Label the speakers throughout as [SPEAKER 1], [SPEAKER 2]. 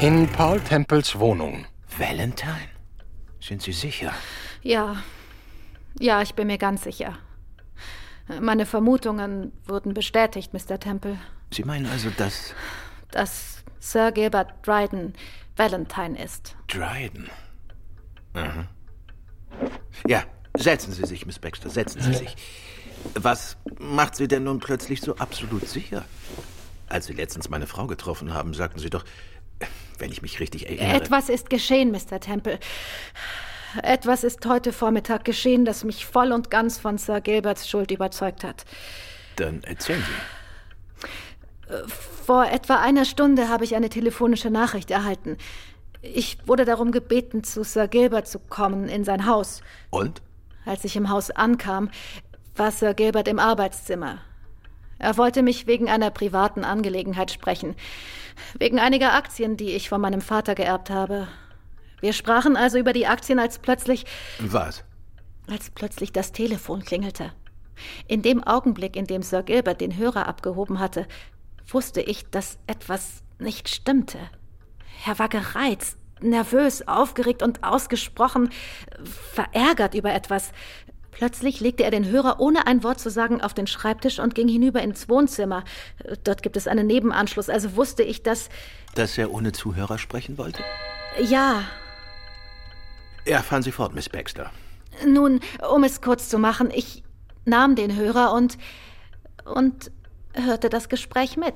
[SPEAKER 1] In Paul Temples Wohnung.
[SPEAKER 2] Valentine? Sind Sie sicher?
[SPEAKER 3] Ja. Ja, ich bin mir ganz sicher. Meine Vermutungen wurden bestätigt, Mr. Temple.
[SPEAKER 2] Sie meinen also, dass
[SPEAKER 3] Dass Sir Gilbert Dryden Valentine ist.
[SPEAKER 2] Dryden? Aha. Ja, setzen Sie sich, Miss Baxter, setzen Sie sich. Was macht Sie denn nun plötzlich so absolut sicher? Als Sie letztens meine Frau getroffen haben, sagten Sie doch, wenn ich mich richtig erinnere.
[SPEAKER 3] Etwas ist geschehen, Mr. Temple. Etwas ist heute Vormittag geschehen, das mich voll und ganz von Sir Gilberts Schuld überzeugt hat.
[SPEAKER 2] Dann erzählen Sie.
[SPEAKER 3] Vor etwa einer Stunde habe ich eine telefonische Nachricht erhalten. Ich wurde darum gebeten, zu Sir Gilbert zu kommen in sein Haus.
[SPEAKER 2] Und?
[SPEAKER 3] Als ich im Haus ankam, war Sir Gilbert im Arbeitszimmer. Er wollte mich wegen einer privaten Angelegenheit sprechen, wegen einiger Aktien, die ich von meinem Vater geerbt habe. Wir sprachen also über die Aktien, als plötzlich,
[SPEAKER 2] Was?
[SPEAKER 3] als plötzlich das Telefon klingelte. In dem Augenblick, in dem Sir Gilbert den Hörer abgehoben hatte, wusste ich, dass etwas nicht stimmte. Er war gereizt, nervös, aufgeregt und ausgesprochen äh, verärgert über etwas. Plötzlich legte er den Hörer ohne ein Wort zu sagen auf den Schreibtisch und ging hinüber ins Wohnzimmer. Äh, Dort gibt es einen Nebenanschluss, also wusste ich, dass
[SPEAKER 2] Dass er ohne Zuhörer sprechen wollte?
[SPEAKER 3] ja,
[SPEAKER 2] Ja, fahren Sie fort, Miss Baxter.
[SPEAKER 3] Nun, um es kurz zu machen, ich nahm den Hörer und und hörte das Gespräch mit.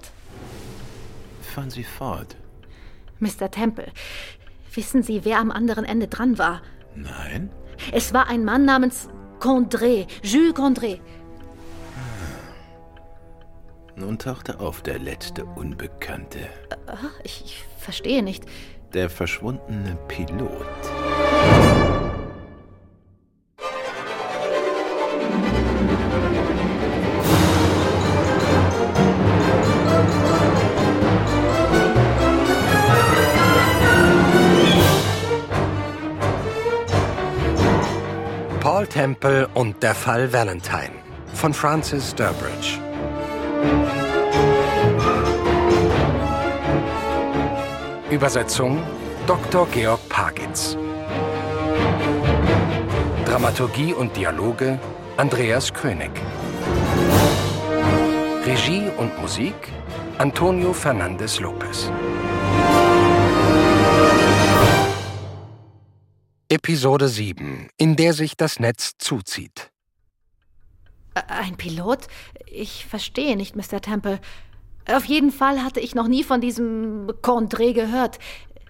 [SPEAKER 2] Fahren Sie fort.
[SPEAKER 3] Mr. Temple, wissen Sie, wer am anderen Ende dran war?
[SPEAKER 2] Nein?
[SPEAKER 3] Es war ein Mann namens Condré, Jules Condré.
[SPEAKER 2] Nun tauchte auf der letzte Unbekannte.
[SPEAKER 3] Ah, Ich, ich verstehe nicht.
[SPEAKER 2] Der verschwundene Pilot.
[SPEAKER 1] Paul Temple und der Fall Valentine von Francis Durbridge. Übersetzung Dr. Georg Pagitz. Dramaturgie und Dialoge Andreas König. Regie und Musik Antonio Fernandez Lopez. Episode 7, in der sich das Netz zuzieht.
[SPEAKER 3] Ä- Ein Pilot? Ich verstehe nicht, Mr. Temple. Auf jeden Fall hatte ich noch nie von diesem Condré gehört.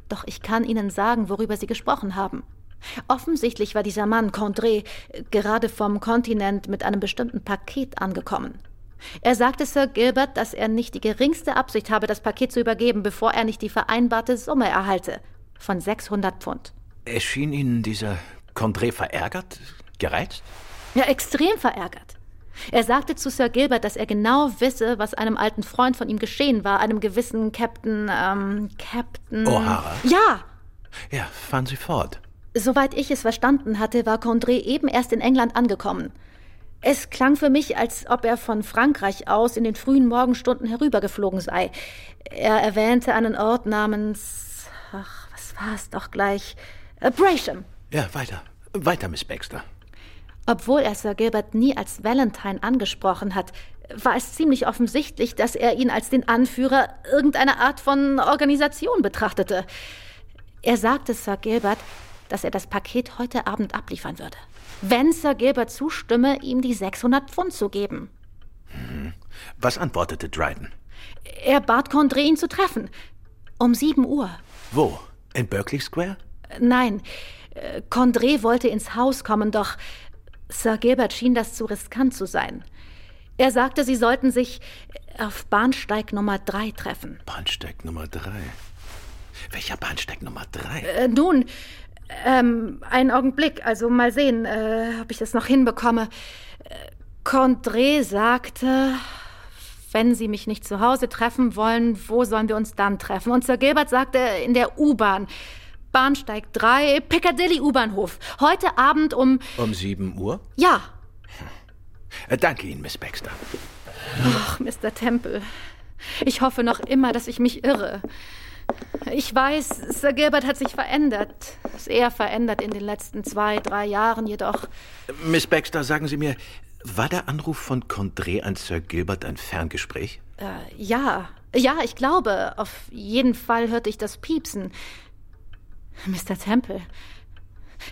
[SPEAKER 3] Doch ich kann Ihnen sagen, worüber Sie gesprochen haben. Offensichtlich war dieser Mann, Condré, gerade vom Kontinent mit einem bestimmten Paket angekommen. Er sagte Sir Gilbert, dass er nicht die geringste Absicht habe, das Paket zu übergeben, bevor er nicht die vereinbarte Summe erhalte. Von 600 Pfund.
[SPEAKER 2] Erschien Ihnen dieser Condré verärgert? Gereizt?
[SPEAKER 3] Ja, extrem verärgert. Er sagte zu Sir Gilbert, dass er genau wisse, was einem alten Freund von ihm geschehen war, einem gewissen Captain, ähm, Captain...
[SPEAKER 2] O'Hara?
[SPEAKER 3] Ja!
[SPEAKER 2] Hm. Ja, fahren Sie fort.
[SPEAKER 3] Soweit ich es verstanden hatte, war Condré eben erst in England angekommen. Es klang für mich, als ob er von Frankreich aus in den frühen Morgenstunden herübergeflogen sei. Er erwähnte einen Ort namens... Ach, was war es doch gleich? Äh, Brasham.
[SPEAKER 2] Ja, weiter. Weiter, Miss Baxter.
[SPEAKER 3] Obwohl er Sir Gilbert nie als Valentine angesprochen hat, war es ziemlich offensichtlich, dass er ihn als den Anführer irgendeiner Art von Organisation betrachtete. Er sagte Sir Gilbert, dass er das Paket heute Abend abliefern würde, wenn Sir Gilbert zustimme, ihm die 600 Pfund zu geben.
[SPEAKER 2] Was antwortete Dryden?
[SPEAKER 3] Er bat Condré, ihn zu treffen. Um 7 Uhr.
[SPEAKER 2] Wo? In Berkeley Square?
[SPEAKER 3] Nein, äh, Condré wollte ins Haus kommen, doch Sir Gilbert schien das zu riskant zu sein. Er sagte, sie sollten sich äh, auf Bahnsteig Nummer 3 treffen.
[SPEAKER 2] Bahnsteig Nummer drei. Welcher Bahnsteig Nummer drei?
[SPEAKER 3] Äh, nun, ähm, einen Augenblick, also mal sehen, äh, ob ich das noch hinbekomme. Äh, Condré sagte, wenn Sie mich nicht zu Hause treffen wollen, wo sollen wir uns dann treffen? Und Sir Gilbert sagte, in der U-Bahn. Bahnsteig 3, Piccadilly U-Bahnhof. Heute Abend um,
[SPEAKER 2] Um sieben Uhr?
[SPEAKER 3] ja,
[SPEAKER 2] Äh, danke Ihnen, Miss Baxter.
[SPEAKER 3] Ach, Mr. Temple. Ich hoffe noch immer, dass ich mich irre. Ich weiß, Sir Gilbert hat sich verändert. Sehr verändert in den letzten zwei, drei Jahren jedoch.
[SPEAKER 2] Miss Baxter, sagen Sie mir, war der Anruf von Condré an Sir Gilbert ein Ferngespräch?
[SPEAKER 3] Äh, ja, ja, ich glaube. Auf jeden Fall hörte ich das Piepsen. Mr. Temple,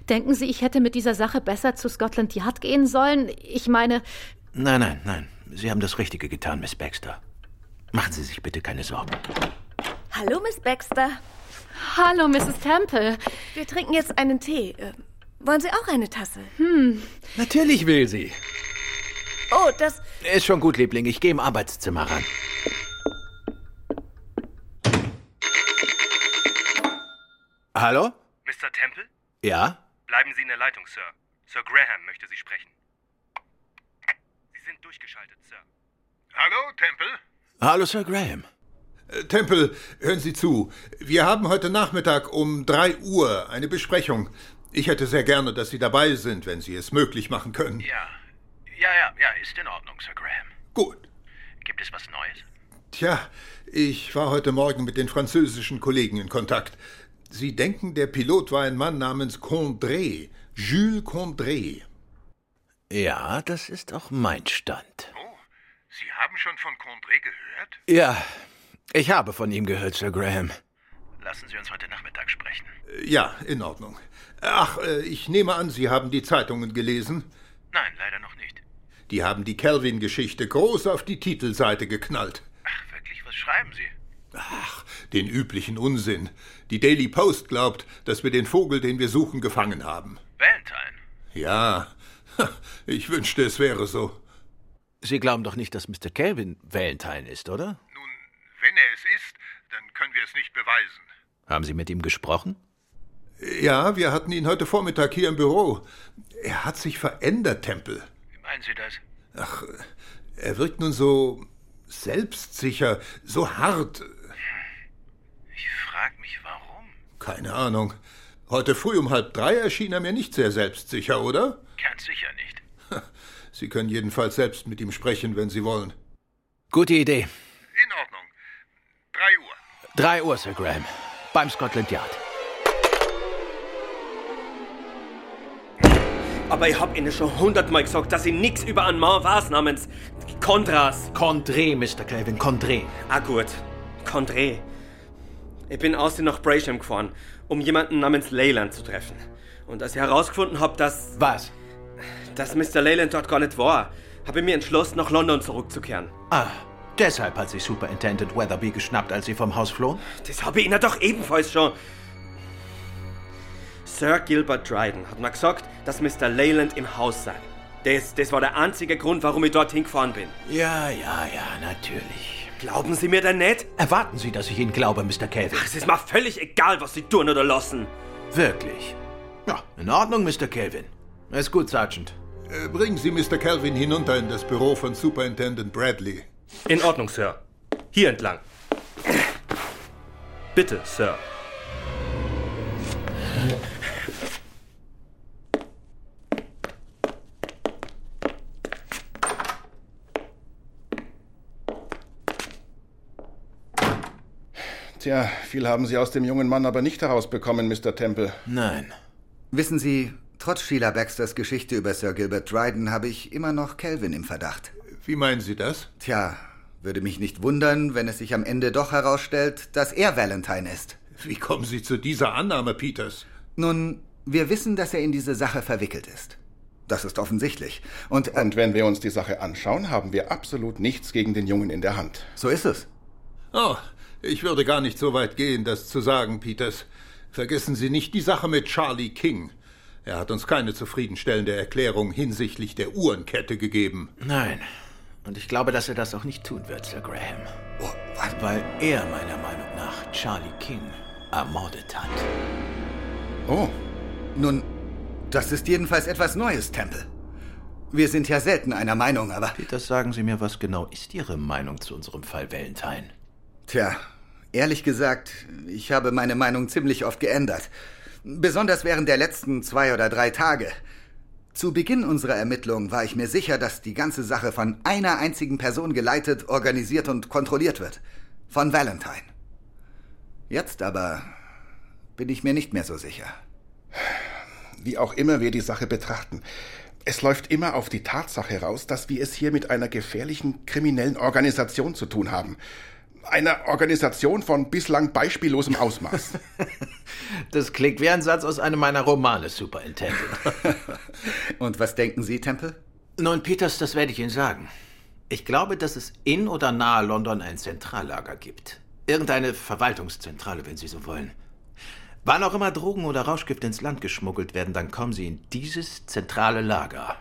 [SPEAKER 3] denken Sie, ich hätte mit dieser Sache besser zu Scotland Yard gehen sollen? Ich meine,
[SPEAKER 2] Nein, nein, nein. Sie haben das Richtige getan, Miss Baxter. Machen Sie sich bitte keine Sorgen.
[SPEAKER 4] Hallo, Miss Baxter.
[SPEAKER 3] hallo, Mrs. Temple.
[SPEAKER 4] Wir trinken jetzt einen Tee. Äh, Wollen Sie auch eine Tasse?
[SPEAKER 2] Natürlich will sie.
[SPEAKER 4] Oh, das.
[SPEAKER 2] Ist schon gut, Liebling. Ich gehe im Arbeitszimmer ran. Hallo?
[SPEAKER 5] Mr. Temple?
[SPEAKER 2] Ja?
[SPEAKER 5] Bleiben Sie in der Leitung, Sir. Sir Graham möchte Sie sprechen. Sie sind durchgeschaltet, Sir.
[SPEAKER 6] Hallo, Temple?
[SPEAKER 2] Hallo, Sir Graham.
[SPEAKER 6] Äh, Temple, hören Sie zu. Wir haben heute Nachmittag um 3 Uhr eine Besprechung. Ich hätte sehr gerne, dass Sie dabei sind, wenn Sie es möglich machen können.
[SPEAKER 5] Ja. Ja, ja, ja, ist in Ordnung, Sir Graham.
[SPEAKER 6] Gut.
[SPEAKER 5] Gibt es was Neues?
[SPEAKER 6] Tja, ich war heute Morgen mit den französischen Kollegen in Kontakt. Sie denken, der Pilot war ein Mann namens Condré, Jules Condré.
[SPEAKER 2] Ja, das ist auch mein Stand.
[SPEAKER 5] Oh, Sie haben schon von Condré gehört?
[SPEAKER 2] Ja, ich habe von ihm gehört, Sir Graham.
[SPEAKER 5] Lassen Sie uns heute Nachmittag sprechen.
[SPEAKER 6] Äh, Ja, in Ordnung. Ach, äh, ich nehme an, Sie haben die Zeitungen gelesen.
[SPEAKER 5] Nein, leider noch nicht.
[SPEAKER 6] Die haben die Kelvin-Geschichte groß auf die Titelseite geknallt.
[SPEAKER 5] Ach, wirklich, was schreiben Sie?
[SPEAKER 6] Den üblichen Unsinn. Die Daily Post glaubt, dass wir den Vogel, den wir suchen, gefangen haben.
[SPEAKER 5] Valentine.
[SPEAKER 6] Ja, ich wünschte, es wäre so.
[SPEAKER 2] Sie glauben doch nicht, dass Mr. Calvin Valentine ist, oder?
[SPEAKER 6] Nun, wenn er es ist, dann können wir es nicht beweisen.
[SPEAKER 2] Haben Sie mit ihm gesprochen?
[SPEAKER 6] Ja, wir hatten ihn heute Vormittag hier im Büro. Er hat sich verändert, Tempel.
[SPEAKER 5] Wie meinen Sie das?
[SPEAKER 6] Er wirkt nun so selbstsicher, so hart.
[SPEAKER 5] Ich frage mich, warum.
[SPEAKER 6] Keine Ahnung. Heute früh um halb drei erschien er mir nicht sehr selbstsicher, oder?
[SPEAKER 5] Ganz sicher nicht.
[SPEAKER 6] Sie können jedenfalls selbst mit ihm sprechen, wenn Sie wollen.
[SPEAKER 2] Gute Idee.
[SPEAKER 5] In Ordnung. 3 Uhr.
[SPEAKER 2] 3 Uhr, Sir Graham. Beim Scotland Yard.
[SPEAKER 7] Aber ich hab Ihnen schon hundertmal gesagt, dass ich nix über einen Mann weiß namens Kondras.
[SPEAKER 2] Condré, Mr. Calvin, Condré.
[SPEAKER 7] Ah gut, Condré. Ich bin außerdem nach Brasham gefahren, um jemanden namens Leyland zu treffen. Und als ich herausgefunden habe, dass,
[SPEAKER 2] Was?
[SPEAKER 7] dass Mr. Leyland dort gar nicht war, habe ich mir entschlossen, nach London zurückzukehren.
[SPEAKER 2] Ah, deshalb hat sich Superintendent Weatherby geschnappt, als sie vom Haus flohen?
[SPEAKER 7] Das habe ich Ihnen doch ebenfalls schon... Sir Gilbert Dryden hat mir gesagt, dass Mr. Leyland im Haus sei. Das, das war der einzige Grund, warum ich dorthin gefahren bin.
[SPEAKER 2] Ja, ja, ja, natürlich.
[SPEAKER 7] Glauben Sie mir denn nicht?
[SPEAKER 2] Erwarten Sie, dass ich Ihnen glaube, Mr. Calvin?
[SPEAKER 7] Es ist mir völlig egal, was Sie tun oder lassen.
[SPEAKER 2] Wirklich? Ja, in Ordnung, Mr. Calvin. Ist gut, Sergeant.
[SPEAKER 6] Äh, Bringen Sie Mr. Calvin hinunter in das Büro von Superintendent Bradley.
[SPEAKER 7] In Ordnung, Sir. Hier entlang. Bitte, Sir.
[SPEAKER 8] Tja, viel haben Sie aus dem jungen Mann aber nicht herausbekommen, Mr. Temple.
[SPEAKER 2] Nein.
[SPEAKER 9] Wissen Sie, trotz Sheila Baxters Geschichte über Sir Gilbert Dryden habe ich immer noch Calvin im Verdacht.
[SPEAKER 6] Wie meinen Sie das?
[SPEAKER 9] Tja, würde mich nicht wundern, wenn es sich am Ende doch herausstellt, dass er Valentine ist.
[SPEAKER 6] Wie kommen Sie zu dieser Annahme, Peters?
[SPEAKER 9] Nun, wir wissen, dass er in diese Sache verwickelt ist. Das ist offensichtlich. Und, ähm,
[SPEAKER 8] Und wenn wir uns die Sache anschauen, haben wir absolut nichts gegen den Jungen in der Hand.
[SPEAKER 9] so ist es.
[SPEAKER 6] Oh, ich würde gar nicht so weit gehen, das zu sagen, Peters. Vergessen Sie nicht die Sache mit Charlie King. Er hat uns keine zufriedenstellende Erklärung hinsichtlich der Uhrenkette gegeben.
[SPEAKER 2] Nein. Und ich glaube, dass er das auch nicht tun wird, Sir Graham.
[SPEAKER 9] Oh, was?
[SPEAKER 2] Weil er meiner Meinung nach Charlie King ermordet hat.
[SPEAKER 8] Oh,
[SPEAKER 9] Nun, das ist jedenfalls etwas Neues, Temple. Wir sind ja selten einer Meinung, aber
[SPEAKER 2] Peters, sagen Sie mir, was genau ist Ihre Meinung zu unserem Fall Valentine?
[SPEAKER 9] Tja, ehrlich gesagt, ich habe meine Meinung ziemlich oft geändert. Besonders während der letzten zwei oder drei Tage. Zu Beginn unserer Ermittlungen war ich mir sicher, dass die ganze Sache von einer einzigen Person geleitet, organisiert und kontrolliert wird. Von Valentine. Jetzt aber bin ich mir nicht mehr so sicher.
[SPEAKER 8] Wie auch immer wir die Sache betrachten, es läuft immer auf die Tatsache raus, dass wir es hier mit einer gefährlichen kriminellen Organisation zu tun haben. Einer Organisation von bislang beispiellosem Ausmaß.
[SPEAKER 2] Das klingt wie ein Satz aus einem meiner Romane, Superintendent.
[SPEAKER 9] Und was denken Sie, Temple?
[SPEAKER 2] Nun, Peters, das werde ich Ihnen sagen. Ich glaube, dass es in oder nahe London ein Zentrallager gibt. Irgendeine Verwaltungszentrale, wenn Sie so wollen. Wann auch immer Drogen oder Rauschgift ins Land geschmuggelt werden, dann kommen sie in dieses zentrale Lager.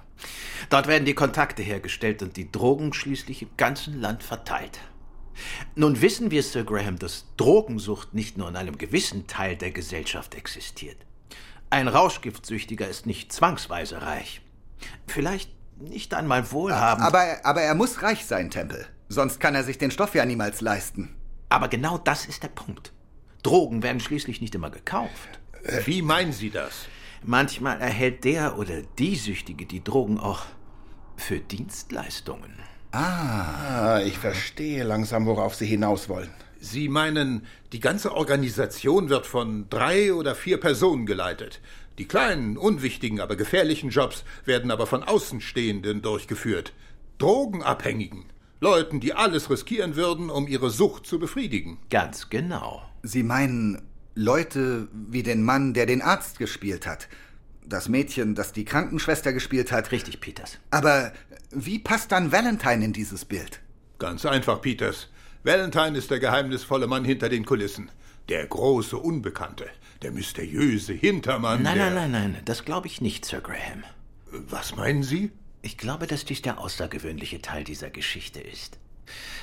[SPEAKER 2] Dort werden die Kontakte hergestellt und die Drogen schließlich im ganzen Land verteilt. Nun wissen wir, Sir Graham, dass Drogensucht nicht nur in einem gewissen Teil der Gesellschaft existiert. Ein Rauschgiftsüchtiger ist nicht zwangsweise reich. Vielleicht nicht einmal wohlhabend.
[SPEAKER 9] Aber, aber er muss reich sein, Temple. Sonst kann er sich den Stoff ja niemals leisten.
[SPEAKER 2] aber genau das ist der Punkt. Drogen werden schließlich nicht immer gekauft.
[SPEAKER 8] Äh.
[SPEAKER 6] Wie meinen Sie das?
[SPEAKER 2] Manchmal erhält der oder die Süchtige die Drogen auch für Dienstleistungen.
[SPEAKER 8] Ah, ich verstehe langsam, worauf Sie hinaus wollen.
[SPEAKER 6] Sie meinen, die ganze Organisation wird von drei oder vier Personen geleitet. Die kleinen, unwichtigen, aber gefährlichen Jobs werden aber von Außenstehenden durchgeführt. Drogenabhängigen. Leuten, die alles riskieren würden, um ihre Sucht zu befriedigen.
[SPEAKER 2] Ganz genau.
[SPEAKER 9] Sie meinen Leute wie den Mann, der den Arzt gespielt hat. Das Mädchen, das die Krankenschwester gespielt hat.
[SPEAKER 2] Richtig, Peters.
[SPEAKER 9] Aber wie passt dann Valentine in dieses Bild?
[SPEAKER 6] Ganz einfach, Peters. Valentine ist der geheimnisvolle Mann hinter den Kulissen. Der große Unbekannte. Der mysteriöse Hintermann.
[SPEAKER 2] Nein,
[SPEAKER 6] der
[SPEAKER 2] nein, nein, nein, das glaube ich nicht, Sir Graham.
[SPEAKER 6] Was meinen Sie?
[SPEAKER 2] Ich glaube, dass dies der außergewöhnliche Teil dieser Geschichte ist.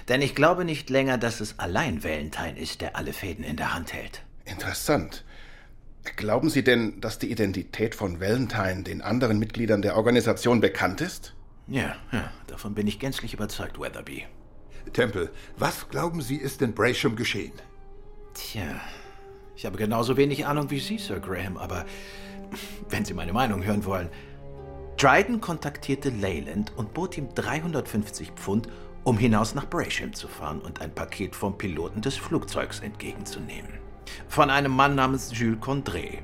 [SPEAKER 2] Denn ich glaube nicht länger, dass es allein Valentine ist, der alle Fäden in der Hand hält.
[SPEAKER 8] Interessant. Glauben Sie denn, dass die Identität von Valentine den anderen Mitgliedern der Organisation bekannt ist?
[SPEAKER 2] Ja, ja, davon bin ich gänzlich überzeugt, Weatherby.
[SPEAKER 6] Temple, was glauben Sie, ist in Brasham geschehen?
[SPEAKER 2] Tja, ich habe genauso wenig Ahnung wie Sie, Sir Graham, aber wenn Sie meine Meinung hören wollen. Dryden kontaktierte Leyland und bot ihm 350 Pfund, um hinaus nach Brasham zu fahren und ein Paket vom Piloten des Flugzeugs entgegenzunehmen. Von einem Mann namens Jules Condré.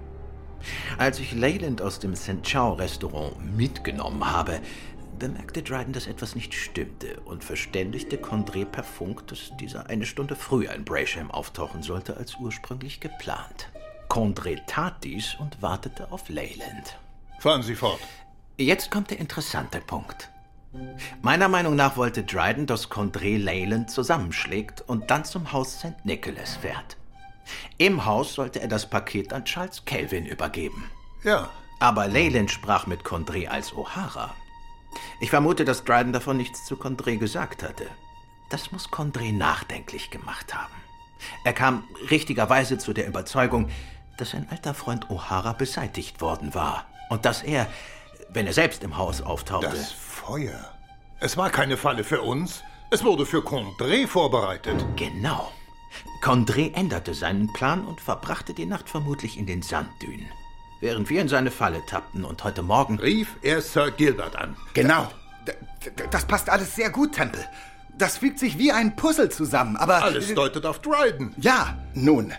[SPEAKER 2] Als ich Leyland aus dem St. Chao Restaurant mitgenommen habe, bemerkte Dryden, dass etwas nicht stimmte und verständigte Condré per Funk, dass dieser eine Stunde früher in Brasham auftauchen sollte als ursprünglich geplant. Condré tat dies und wartete auf Leyland.
[SPEAKER 6] Fahren Sie fort.
[SPEAKER 2] Jetzt kommt der interessante Punkt. Meiner Meinung nach wollte Dryden, dass Condré Leyland zusammenschlägt und dann zum Haus St. Nicholas fährt. Im Haus sollte er das Paket an Charles Kelvin übergeben.
[SPEAKER 6] Ja,
[SPEAKER 2] Aber Leyland sprach mit Condré als O'Hara. Ich vermute, dass Dryden davon nichts zu Condré gesagt hatte. Das muss Condré nachdenklich gemacht haben. Er kam richtigerweise zu der Überzeugung, dass ein alter Freund O'Hara beseitigt worden war und dass er, wenn er selbst im Haus auftauchte,
[SPEAKER 6] das Feuer. Es war keine Falle für uns. Es wurde für Condré vorbereitet.
[SPEAKER 2] genau. Condré änderte seinen Plan und verbrachte die Nacht vermutlich in den Sanddünen, während wir in seine Falle tappten und heute Morgen
[SPEAKER 6] Rief er Sir Gilbert an.
[SPEAKER 9] Genau. D d- das passt alles sehr gut, Temple. Das fügt sich wie ein Puzzle zusammen, aber.
[SPEAKER 6] Alles deutet auf Dryden.
[SPEAKER 9] Ja,
[SPEAKER 8] Nun,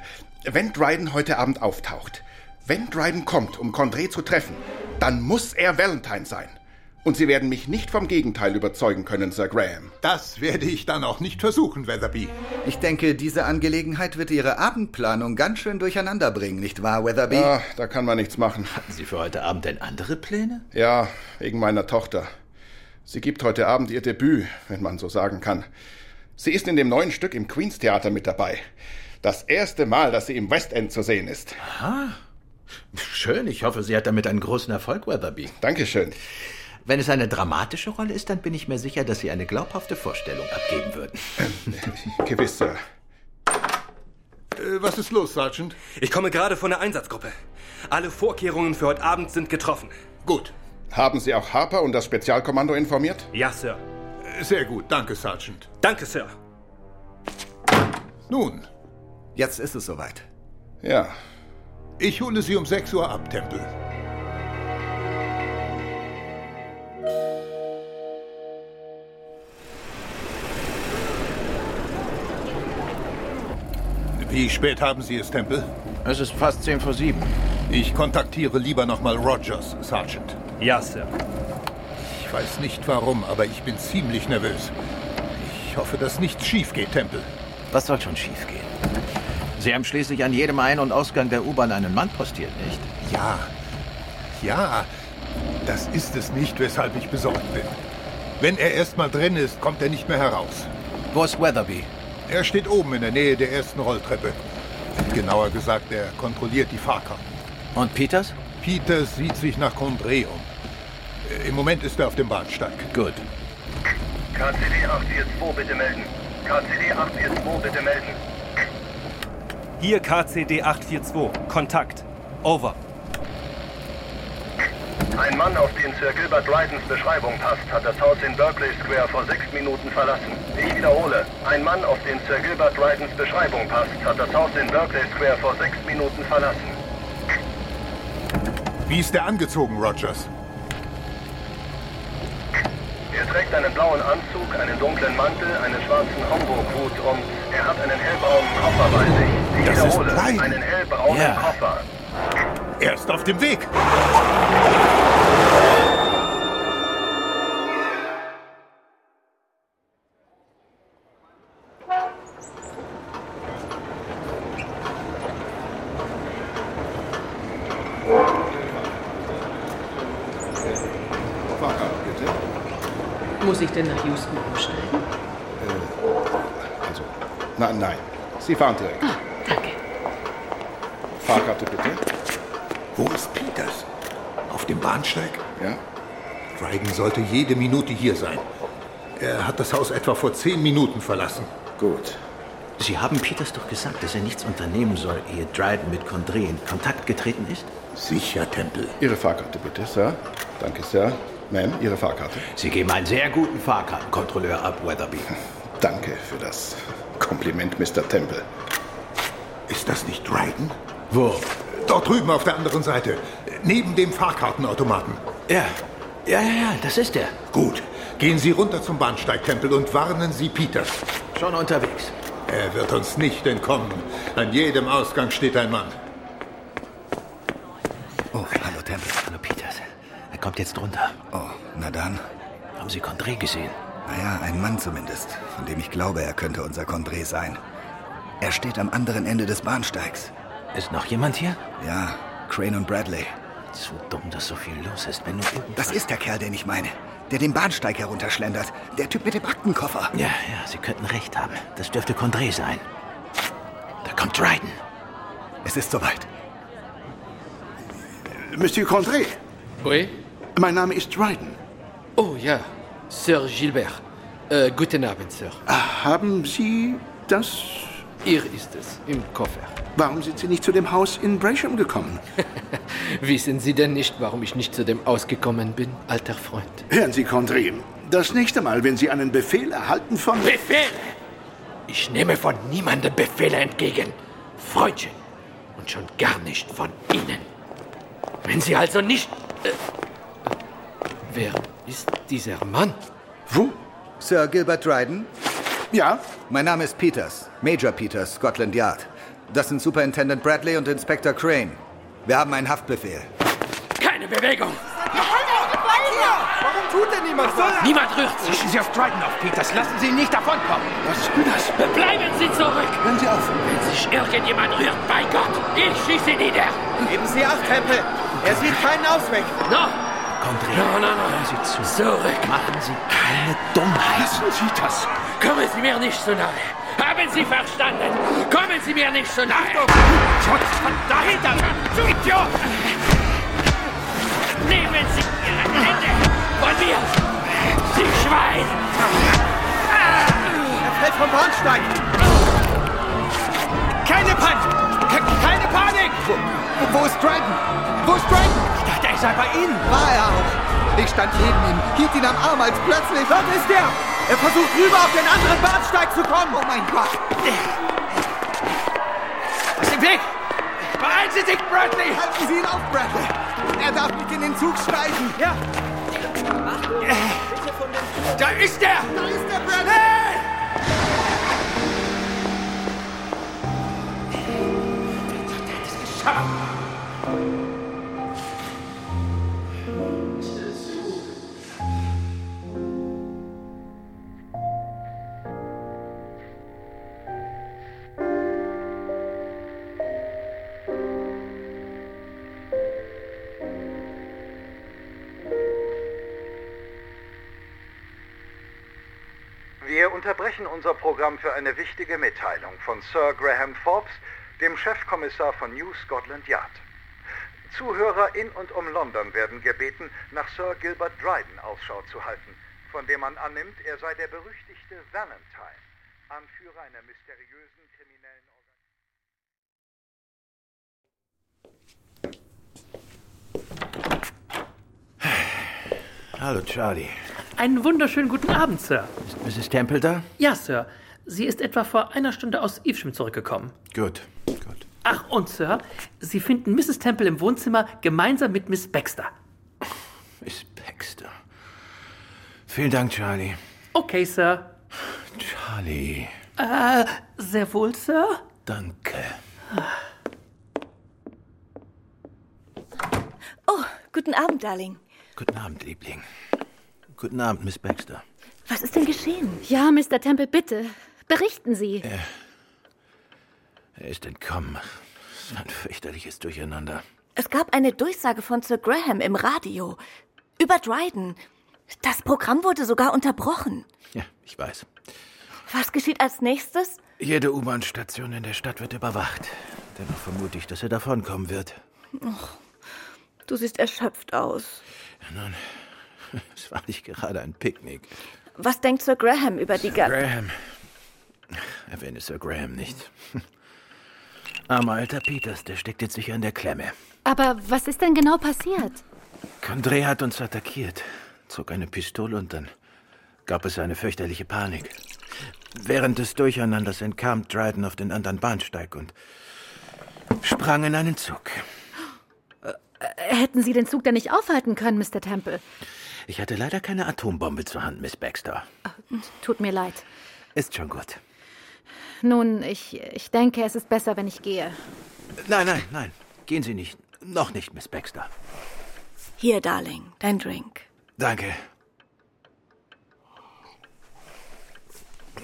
[SPEAKER 8] wenn Dryden heute Abend auftaucht, wenn Dryden kommt, um Condré zu treffen, dann muss er Valentine sein. Und Sie werden mich nicht vom Gegenteil überzeugen können, Sir Graham.
[SPEAKER 6] Das werde ich dann auch nicht versuchen, Weatherby.
[SPEAKER 9] ich denke, diese Angelegenheit wird Ihre Abendplanung ganz schön durcheinander bringen, nicht wahr, Weatherby?
[SPEAKER 8] Ah, da kann man nichts machen.
[SPEAKER 2] hatten sie für heute Abend denn andere Pläne?
[SPEAKER 8] Ja, wegen meiner Tochter. Sie gibt heute Abend ihr Debüt, wenn man so sagen kann. Sie ist in dem neuen Stück im Queen's Theater mit dabei. Das erste Mal, dass sie im West End zu sehen ist.
[SPEAKER 2] Schön, ich hoffe, sie hat damit einen großen Erfolg, Weatherby.
[SPEAKER 8] Dankeschön.
[SPEAKER 2] Wenn es eine dramatische Rolle ist, dann bin ich mir sicher, dass sie eine glaubhafte Vorstellung abgeben würden.
[SPEAKER 8] Gewiss, Sir.
[SPEAKER 6] Äh, was ist los, Sergeant?
[SPEAKER 7] Ich komme gerade von der Einsatzgruppe. Alle Vorkehrungen für heute Abend sind getroffen.
[SPEAKER 6] Gut.
[SPEAKER 8] Haben Sie auch Harper und das Spezialkommando informiert?
[SPEAKER 7] Ja, Sir.
[SPEAKER 6] Äh, Sehr gut. Danke, Sergeant.
[SPEAKER 7] Danke, Sir.
[SPEAKER 6] Nun,
[SPEAKER 9] Jetzt ist es soweit.
[SPEAKER 8] Ja.
[SPEAKER 6] ich hole Sie um 6 Uhr ab, Tempel. Wie spät haben Sie es, Temple?
[SPEAKER 2] Es ist fast zehn vor sieben.
[SPEAKER 6] Ich kontaktiere lieber nochmal Rogers, Sergeant.
[SPEAKER 7] Ja, Sir.
[SPEAKER 6] Ich weiß nicht warum, aber ich bin ziemlich nervös. Ich hoffe, dass nichts schief geht, Temple.
[SPEAKER 2] Was soll schon schiefgehen? Sie haben schließlich an jedem Ein- und Ausgang der U-Bahn einen Mann postiert, nicht?
[SPEAKER 6] Ja, ja, das ist es nicht, weshalb ich besorgt bin. Wenn er erst mal drin ist, kommt er nicht mehr heraus.
[SPEAKER 2] Wo ist Weatherby?
[SPEAKER 6] Er steht oben in der Nähe der ersten Rolltreppe. Genauer gesagt, er kontrolliert die Fahrkarten.
[SPEAKER 2] Und Peters?
[SPEAKER 6] Peters sieht sich nach Condré um. Äh, Im Moment ist er auf dem Bahnsteig.
[SPEAKER 2] Gut.
[SPEAKER 5] KCD 842 bitte melden. KCD 842 bitte melden.
[SPEAKER 7] Hier KCD 842. Kontakt. Over.
[SPEAKER 5] Ein Mann, auf den Sir Gilbert Rydens Beschreibung passt, hat das Haus in Berkeley Square vor sechs Minuten verlassen. Ich wiederhole, ein Mann, auf den Sir Gilbert Rydens Beschreibung passt, hat das Haus in Berkeley Square vor sechs Minuten verlassen.
[SPEAKER 6] Wie ist er angezogen, Rogers?
[SPEAKER 5] Er trägt einen blauen Anzug, einen dunklen Mantel, einen schwarzen Homburg-Hut um. Er hat einen hellbraunen Koffer bei sich. Ich
[SPEAKER 6] Das ist
[SPEAKER 5] wiederhole,
[SPEAKER 6] Rydens.
[SPEAKER 5] einen hellbraunen
[SPEAKER 2] Ja.
[SPEAKER 5] Koffer.
[SPEAKER 6] Er ist auf dem Weg.
[SPEAKER 8] Fahrkarte, bitte.
[SPEAKER 10] Muss ich denn nach Houston umsteigen?
[SPEAKER 8] Also, nein, nein. Sie fahren direkt.
[SPEAKER 10] Ah, Danke.
[SPEAKER 8] Fahrkarte, bitte.
[SPEAKER 6] Wo ist Peters? Auf dem Bahnsteig?
[SPEAKER 8] Ja?
[SPEAKER 6] Dryden sollte jede Minute hier sein. Er hat das Haus etwa vor zehn Minuten verlassen.
[SPEAKER 8] Gut.
[SPEAKER 2] Sie haben Peters doch gesagt, dass er nichts unternehmen soll, ehe Dryden mit Condré in Kontakt getreten ist?
[SPEAKER 6] Sicher, Temple.
[SPEAKER 8] Ihre Fahrkarte, bitte, Sir. Danke, Sir. Ma'am, Ihre Fahrkarte.
[SPEAKER 2] Sie geben einen sehr guten Fahrkartenkontrolleur ab, Weatherby.
[SPEAKER 8] Danke für das Kompliment, Mr. Temple.
[SPEAKER 6] Ist das nicht Dryden?
[SPEAKER 2] Wo?
[SPEAKER 6] Dort drüben auf der anderen Seite, neben dem Fahrkartenautomaten.
[SPEAKER 2] Ja. Ja, ja, ja, das ist er.
[SPEAKER 6] Gut, gehen Sie runter zum Bahnsteigtempel und warnen Sie Peters.
[SPEAKER 2] Schon unterwegs.
[SPEAKER 6] Er wird uns nicht entkommen. An jedem Ausgang steht ein Mann.
[SPEAKER 2] Oh, hallo Temple. Hallo Peters. Er kommt jetzt runter.
[SPEAKER 9] Oh, na dann.
[SPEAKER 2] Haben Sie Condré gesehen?
[SPEAKER 9] Naja, ein Mann zumindest, von dem ich glaube, er könnte unser Condré sein. Er steht am anderen Ende des Bahnsteigs.
[SPEAKER 2] Ist noch jemand hier?
[SPEAKER 9] Ja, Crane und Bradley.
[SPEAKER 2] Zu dumm, dass so viel los ist, wenn nur irgendwas...
[SPEAKER 9] Das ist der Kerl, den ich meine. Der den Bahnsteig herunterschlendert. Der Typ mit dem Aktenkoffer.
[SPEAKER 2] Ja, ja, Sie könnten recht haben. Das dürfte Condré sein. Da kommt Dryden.
[SPEAKER 9] Es ist soweit.
[SPEAKER 11] Monsieur Condré,
[SPEAKER 10] Oui?
[SPEAKER 11] mein Name ist Dryden.
[SPEAKER 10] Oh ja, Sir Gilbert. Äh, guten Abend, Sir.
[SPEAKER 2] Ah.
[SPEAKER 11] Haben Sie das?
[SPEAKER 10] Hier ist es, im Koffer.
[SPEAKER 11] Warum sind Sie nicht zu dem Haus in Bresham gekommen?
[SPEAKER 10] Wissen Sie denn nicht, warum ich nicht zu dem ausgekommen bin, alter Freund?
[SPEAKER 11] Hören Sie, Condré, das nächste Mal, wenn Sie einen Befehl erhalten von...
[SPEAKER 10] Befehle! Ich nehme von niemandem Befehle entgegen. Freundchen. Und schon gar nicht von Ihnen. Wenn Sie also nicht. Äh, wer ist dieser Mann?
[SPEAKER 11] Wo?
[SPEAKER 9] Sir Gilbert Dryden?
[SPEAKER 11] Ja,
[SPEAKER 9] Mein Name ist Peters. Major Peters, Scotland Yard. Das sind Superintendent Bradley und Inspector Crane. Wir haben einen Haftbefehl.
[SPEAKER 10] Keine Bewegung!
[SPEAKER 11] Warum tut denn niemand was?
[SPEAKER 10] Niemand rührt sich!
[SPEAKER 11] Sie auf Dryden auf, Peters. Lassen Sie ihn nicht davonkommen. Was ist denn das?
[SPEAKER 10] Bleiben Sie zurück!
[SPEAKER 11] Hören Sie auf.
[SPEAKER 10] Wenn sich irgendjemand rührt, bei Gott, ich schieße ihn nieder!
[SPEAKER 11] Geben Sie auf, Temple. Er sieht keinen Ausweg.
[SPEAKER 10] No!
[SPEAKER 2] Condré,
[SPEAKER 10] No, no, no!
[SPEAKER 2] hören Sie zu.
[SPEAKER 10] Zurück!
[SPEAKER 2] Machen Sie keine Dummheit.
[SPEAKER 11] Lassen Sie das.
[SPEAKER 10] Kommen Sie mir nicht so nahe! Haben Sie verstanden? Kommen Sie mir nicht so nahe! Schutz von dahinter! Du Idiot! Nehmen Sie Ihre Hände von mir! Sie Schwein!
[SPEAKER 11] Fällt vom Bahnsteig. Keine Panik. Keine Panik. Wo, ist Dryden? Wo ist Dryden? Ich dachte, er sei bei Ihnen.
[SPEAKER 9] War er auch. Ich stand neben ihm, hielt ihn am Arm, als plötzlich... Dort ist er! Er versucht rüber auf den anderen Bahnsteig zu kommen! Oh mein Gott!
[SPEAKER 10] Aus dem Weg! Beeilen Sie sich, Bradley!
[SPEAKER 9] Halten Sie ihn auf, Bradley! Er darf nicht in den Zug steigen! Ja!
[SPEAKER 10] Da ist er!
[SPEAKER 9] Da ist der Bradley!
[SPEAKER 12] unterbrechen unser Programm für eine wichtige Mitteilung von Sir Graham Forbes, dem Chefkommissar von New Scotland Yard. Zuhörer in und um London werden gebeten, nach Sir Gilbert Dryden Ausschau zu halten, von dem man annimmt, er sei der berüchtigte Valentine, Anführer einer mysteriösen kriminellen Organisation.
[SPEAKER 2] Hallo, Charlie.
[SPEAKER 13] Einen wunderschönen guten Abend, Sir.
[SPEAKER 2] Mrs. Temple da?
[SPEAKER 13] Ja, Sir. Sie ist etwa vor einer Stunde aus Evesham zurückgekommen.
[SPEAKER 2] Gut.
[SPEAKER 13] Ach, und Sir, Sie finden Mrs. Temple im Wohnzimmer gemeinsam mit Miss Baxter.
[SPEAKER 2] Miss Baxter. Vielen Dank, Charlie.
[SPEAKER 13] Okay, Sir.
[SPEAKER 2] Charlie,
[SPEAKER 13] Äh, sehr wohl, Sir.
[SPEAKER 2] danke.
[SPEAKER 4] Oh, guten Abend, Darling.
[SPEAKER 2] Guten Abend, Liebling. Guten Abend, Miss Baxter.
[SPEAKER 3] Was ist denn geschehen? Ja, Mr. Temple, bitte. Berichten Sie.
[SPEAKER 2] Er ist entkommen. Es war ein fürchterliches Durcheinander.
[SPEAKER 4] Es gab eine Durchsage von Sir Graham im Radio. Über Dryden. Das Programm wurde sogar unterbrochen.
[SPEAKER 2] Ja, ich weiß.
[SPEAKER 4] Was geschieht als nächstes?
[SPEAKER 2] Jede U-Bahn-Station in der Stadt wird überwacht. Dennoch vermute ich, dass er davonkommen wird.
[SPEAKER 4] Och, du siehst erschöpft aus.
[SPEAKER 2] Nun, es war nicht gerade ein Picknick.
[SPEAKER 4] Was denkt Sir Graham über die Gun?
[SPEAKER 2] Graham. Erwähne Sir Graham nicht. Armer alter Peters, der steckt jetzt sicher in der Klemme.
[SPEAKER 3] Aber was ist denn genau passiert?
[SPEAKER 2] Condré hat uns attackiert, zog eine Pistole und dann gab es eine fürchterliche Panik. Während des Durcheinanders entkam Dryden auf den anderen Bahnsteig und sprang in einen Zug.
[SPEAKER 3] Äh, Hätten Sie den Zug denn nicht aufhalten können, Mr. Temple?
[SPEAKER 2] Ich hatte leider keine Atombombe zur Hand, Miss Baxter.
[SPEAKER 3] Tut mir leid.
[SPEAKER 2] Ist schon gut.
[SPEAKER 3] Nun, ich, ich denke, es ist besser, wenn ich gehe.
[SPEAKER 2] Nein, nein, nein. Gehen Sie nicht. Noch nicht, Miss Baxter.
[SPEAKER 4] Hier, Darling, dein Drink.
[SPEAKER 2] Danke.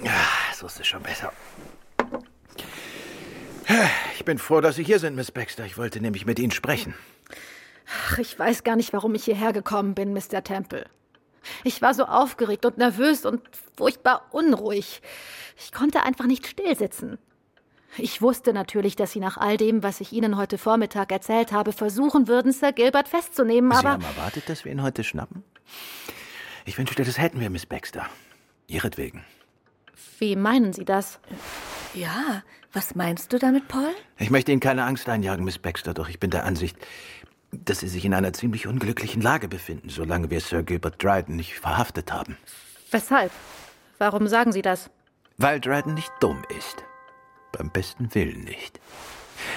[SPEAKER 2] Ah, so ist es schon besser. Ich bin froh, dass Sie hier sind, Miss Baxter. Ich wollte nämlich mit Ihnen sprechen.
[SPEAKER 3] Ach, ich weiß gar nicht, warum ich hierher gekommen bin, Mr. Temple. Ich war so aufgeregt und nervös und furchtbar unruhig. Ich konnte einfach nicht stillsitzen. Ich wusste natürlich, dass Sie nach all dem, was ich Ihnen heute Vormittag erzählt habe, versuchen würden, Sir Gilbert festzunehmen,
[SPEAKER 2] Sie
[SPEAKER 3] aber.
[SPEAKER 2] haben erwartet, dass wir ihn heute schnappen? Ich wünschte, das hätten wir, Miss Baxter. Ihretwegen.
[SPEAKER 3] Wie meinen Sie das?
[SPEAKER 4] Ja, was meinst du damit, Paul?
[SPEAKER 2] Ich möchte Ihnen keine Angst einjagen, Miss Baxter, doch ich bin der Ansicht, dass Sie sich in einer ziemlich unglücklichen Lage befinden, solange wir Sir Gilbert Dryden nicht verhaftet haben.
[SPEAKER 3] Weshalb? Warum sagen Sie das?
[SPEAKER 2] Weil Dryden nicht dumm ist. Beim besten Willen nicht.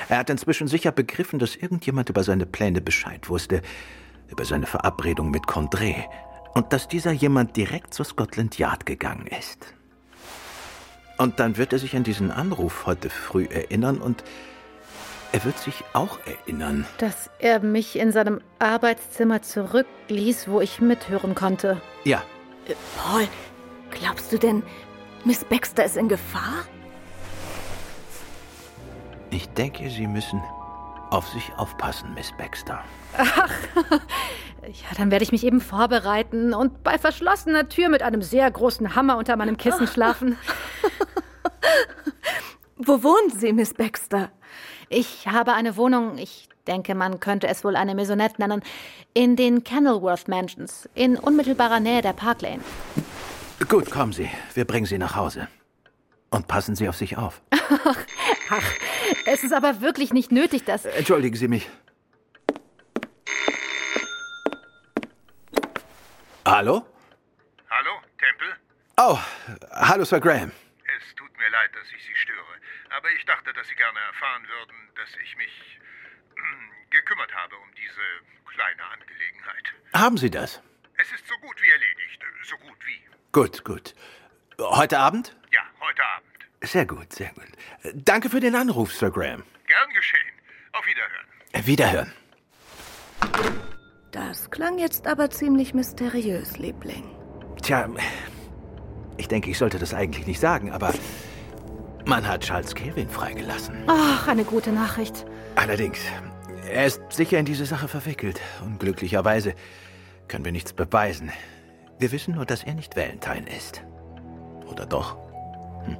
[SPEAKER 2] Er hat inzwischen sicher begriffen, dass irgendjemand über seine Pläne Bescheid wusste, über seine Verabredung mit Condré, und dass dieser jemand direkt zu Scotland Yard gegangen ist. Und dann wird er sich an diesen Anruf heute früh erinnern und er wird sich auch erinnern.
[SPEAKER 3] Dass er mich in seinem Arbeitszimmer zurückließ, wo ich mithören konnte.
[SPEAKER 2] Ja,
[SPEAKER 4] Äh, Paul, glaubst du denn, Miss Baxter ist in Gefahr?
[SPEAKER 2] ich denke, Sie müssen auf sich aufpassen, Miss Baxter.
[SPEAKER 3] Ach, ja, dann werde ich mich eben vorbereiten und bei verschlossener Tür mit einem sehr großen Hammer unter meinem Kissen schlafen.
[SPEAKER 4] Wo wohnen Sie, Miss Baxter?
[SPEAKER 3] Ich habe eine Wohnung, ich denke, man könnte es wohl eine Maisonette nennen, in den Kenilworth Mansions, in unmittelbarer Nähe der Park Lane.
[SPEAKER 2] Gut, kommen Sie, wir bringen Sie nach Hause. Und passen Sie auf sich auf.
[SPEAKER 3] Es ist aber wirklich nicht nötig, dass...
[SPEAKER 2] Entschuldigen Sie mich. Hallo?
[SPEAKER 6] Hallo, Temple?
[SPEAKER 2] Oh, hallo, Sir Graham.
[SPEAKER 6] Es tut mir leid, dass ich Sie störe, aber ich dachte, dass Sie gerne erfahren würden, dass ich mich hm, gekümmert habe um diese kleine Angelegenheit.
[SPEAKER 2] Haben Sie das?
[SPEAKER 6] Es ist so gut wie erledigt, so gut wie.
[SPEAKER 2] Gut, gut. Heute Abend?
[SPEAKER 6] Ja, heute Abend.
[SPEAKER 2] Sehr gut, sehr gut. Danke für den Anruf, Sir Graham.
[SPEAKER 6] Gern geschehen. Auf Wiederhören.
[SPEAKER 2] Wiederhören.
[SPEAKER 4] Das klang jetzt aber ziemlich mysteriös, Liebling.
[SPEAKER 2] Tja, ich denke, ich sollte das eigentlich nicht sagen, aber man hat Charles Kelvin freigelassen.
[SPEAKER 3] Ach, eine gute Nachricht.
[SPEAKER 2] Allerdings, er ist sicher in diese Sache verwickelt. Unglücklicherweise können wir nichts beweisen. Wir wissen nur, dass er nicht Valentine ist. Oder doch? Hm.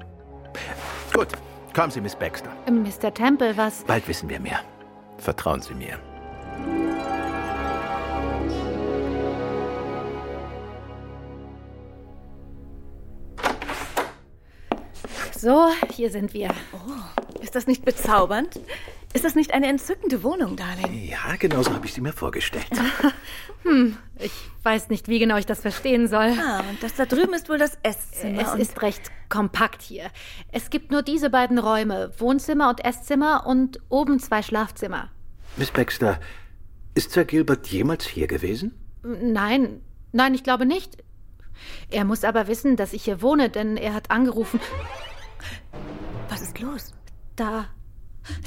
[SPEAKER 2] Gut, kommen Sie, Miss Baxter.
[SPEAKER 3] Mr. Temple, was?
[SPEAKER 2] Bald wissen wir mehr. Vertrauen Sie mir.
[SPEAKER 3] So, hier sind wir.
[SPEAKER 4] Oh, ist das nicht bezaubernd? Ist das nicht eine entzückende Wohnung, Darling?
[SPEAKER 2] Ja, genauso habe ich sie mir vorgestellt.
[SPEAKER 3] Hm, ich weiß nicht, wie genau ich das verstehen soll.
[SPEAKER 4] Ah, und das da drüben ist wohl das Esszimmer.
[SPEAKER 3] Es
[SPEAKER 4] und-
[SPEAKER 3] ist recht kompakt hier. Es gibt nur diese beiden Räume, Wohnzimmer und Esszimmer und oben zwei Schlafzimmer.
[SPEAKER 2] Miss Baxter, ist Sir Gilbert jemals hier gewesen?
[SPEAKER 3] Nein, nein, ich glaube nicht. Er muss aber wissen, dass ich hier wohne, denn er hat angerufen.
[SPEAKER 4] Was ist los?
[SPEAKER 3] Da. Ah,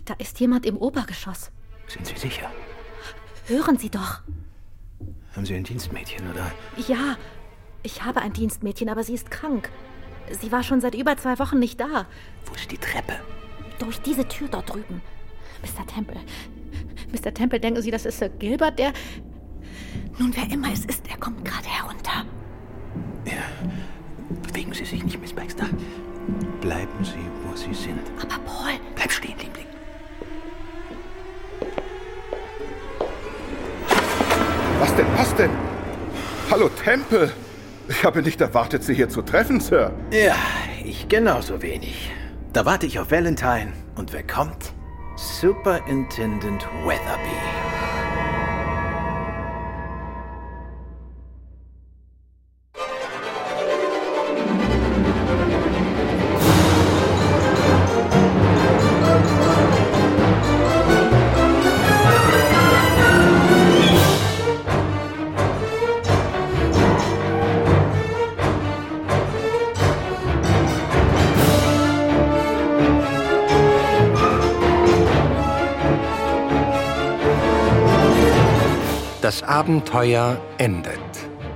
[SPEAKER 3] Da ist jemand im Obergeschoss.
[SPEAKER 2] Sind Sie sicher?
[SPEAKER 3] Hören Sie doch.
[SPEAKER 2] Haben Sie ein Dienstmädchen, oder?
[SPEAKER 3] Ja, ich habe ein Dienstmädchen, aber sie ist krank. Sie war schon seit über zwei Wochen nicht da.
[SPEAKER 2] Wo ist die Treppe?
[SPEAKER 3] Durch diese Tür dort drüben. Mr. Temple. Mr. Temple, denken Sie, das ist Sir Gilbert, der.
[SPEAKER 4] Nun, wer immer es ist, er kommt gerade herunter.
[SPEAKER 2] Bewegen Sie sich nicht, Miss Baxter. Bleiben Sie, wo Sie sind.
[SPEAKER 4] Aber Paul.
[SPEAKER 2] Bleib stehen, Liebling.
[SPEAKER 8] Was denn, was denn? Hallo, Temple. Ich habe nicht erwartet, Sie hier zu treffen, Sir.
[SPEAKER 2] Ja, ich genauso wenig. Da warte ich auf Valentine. Und wer kommt? Superintendent Weatherby.
[SPEAKER 1] Das Abenteuer endet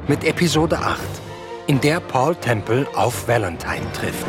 [SPEAKER 1] mit Episode 8, in der Paul Temple auf Valentine trifft.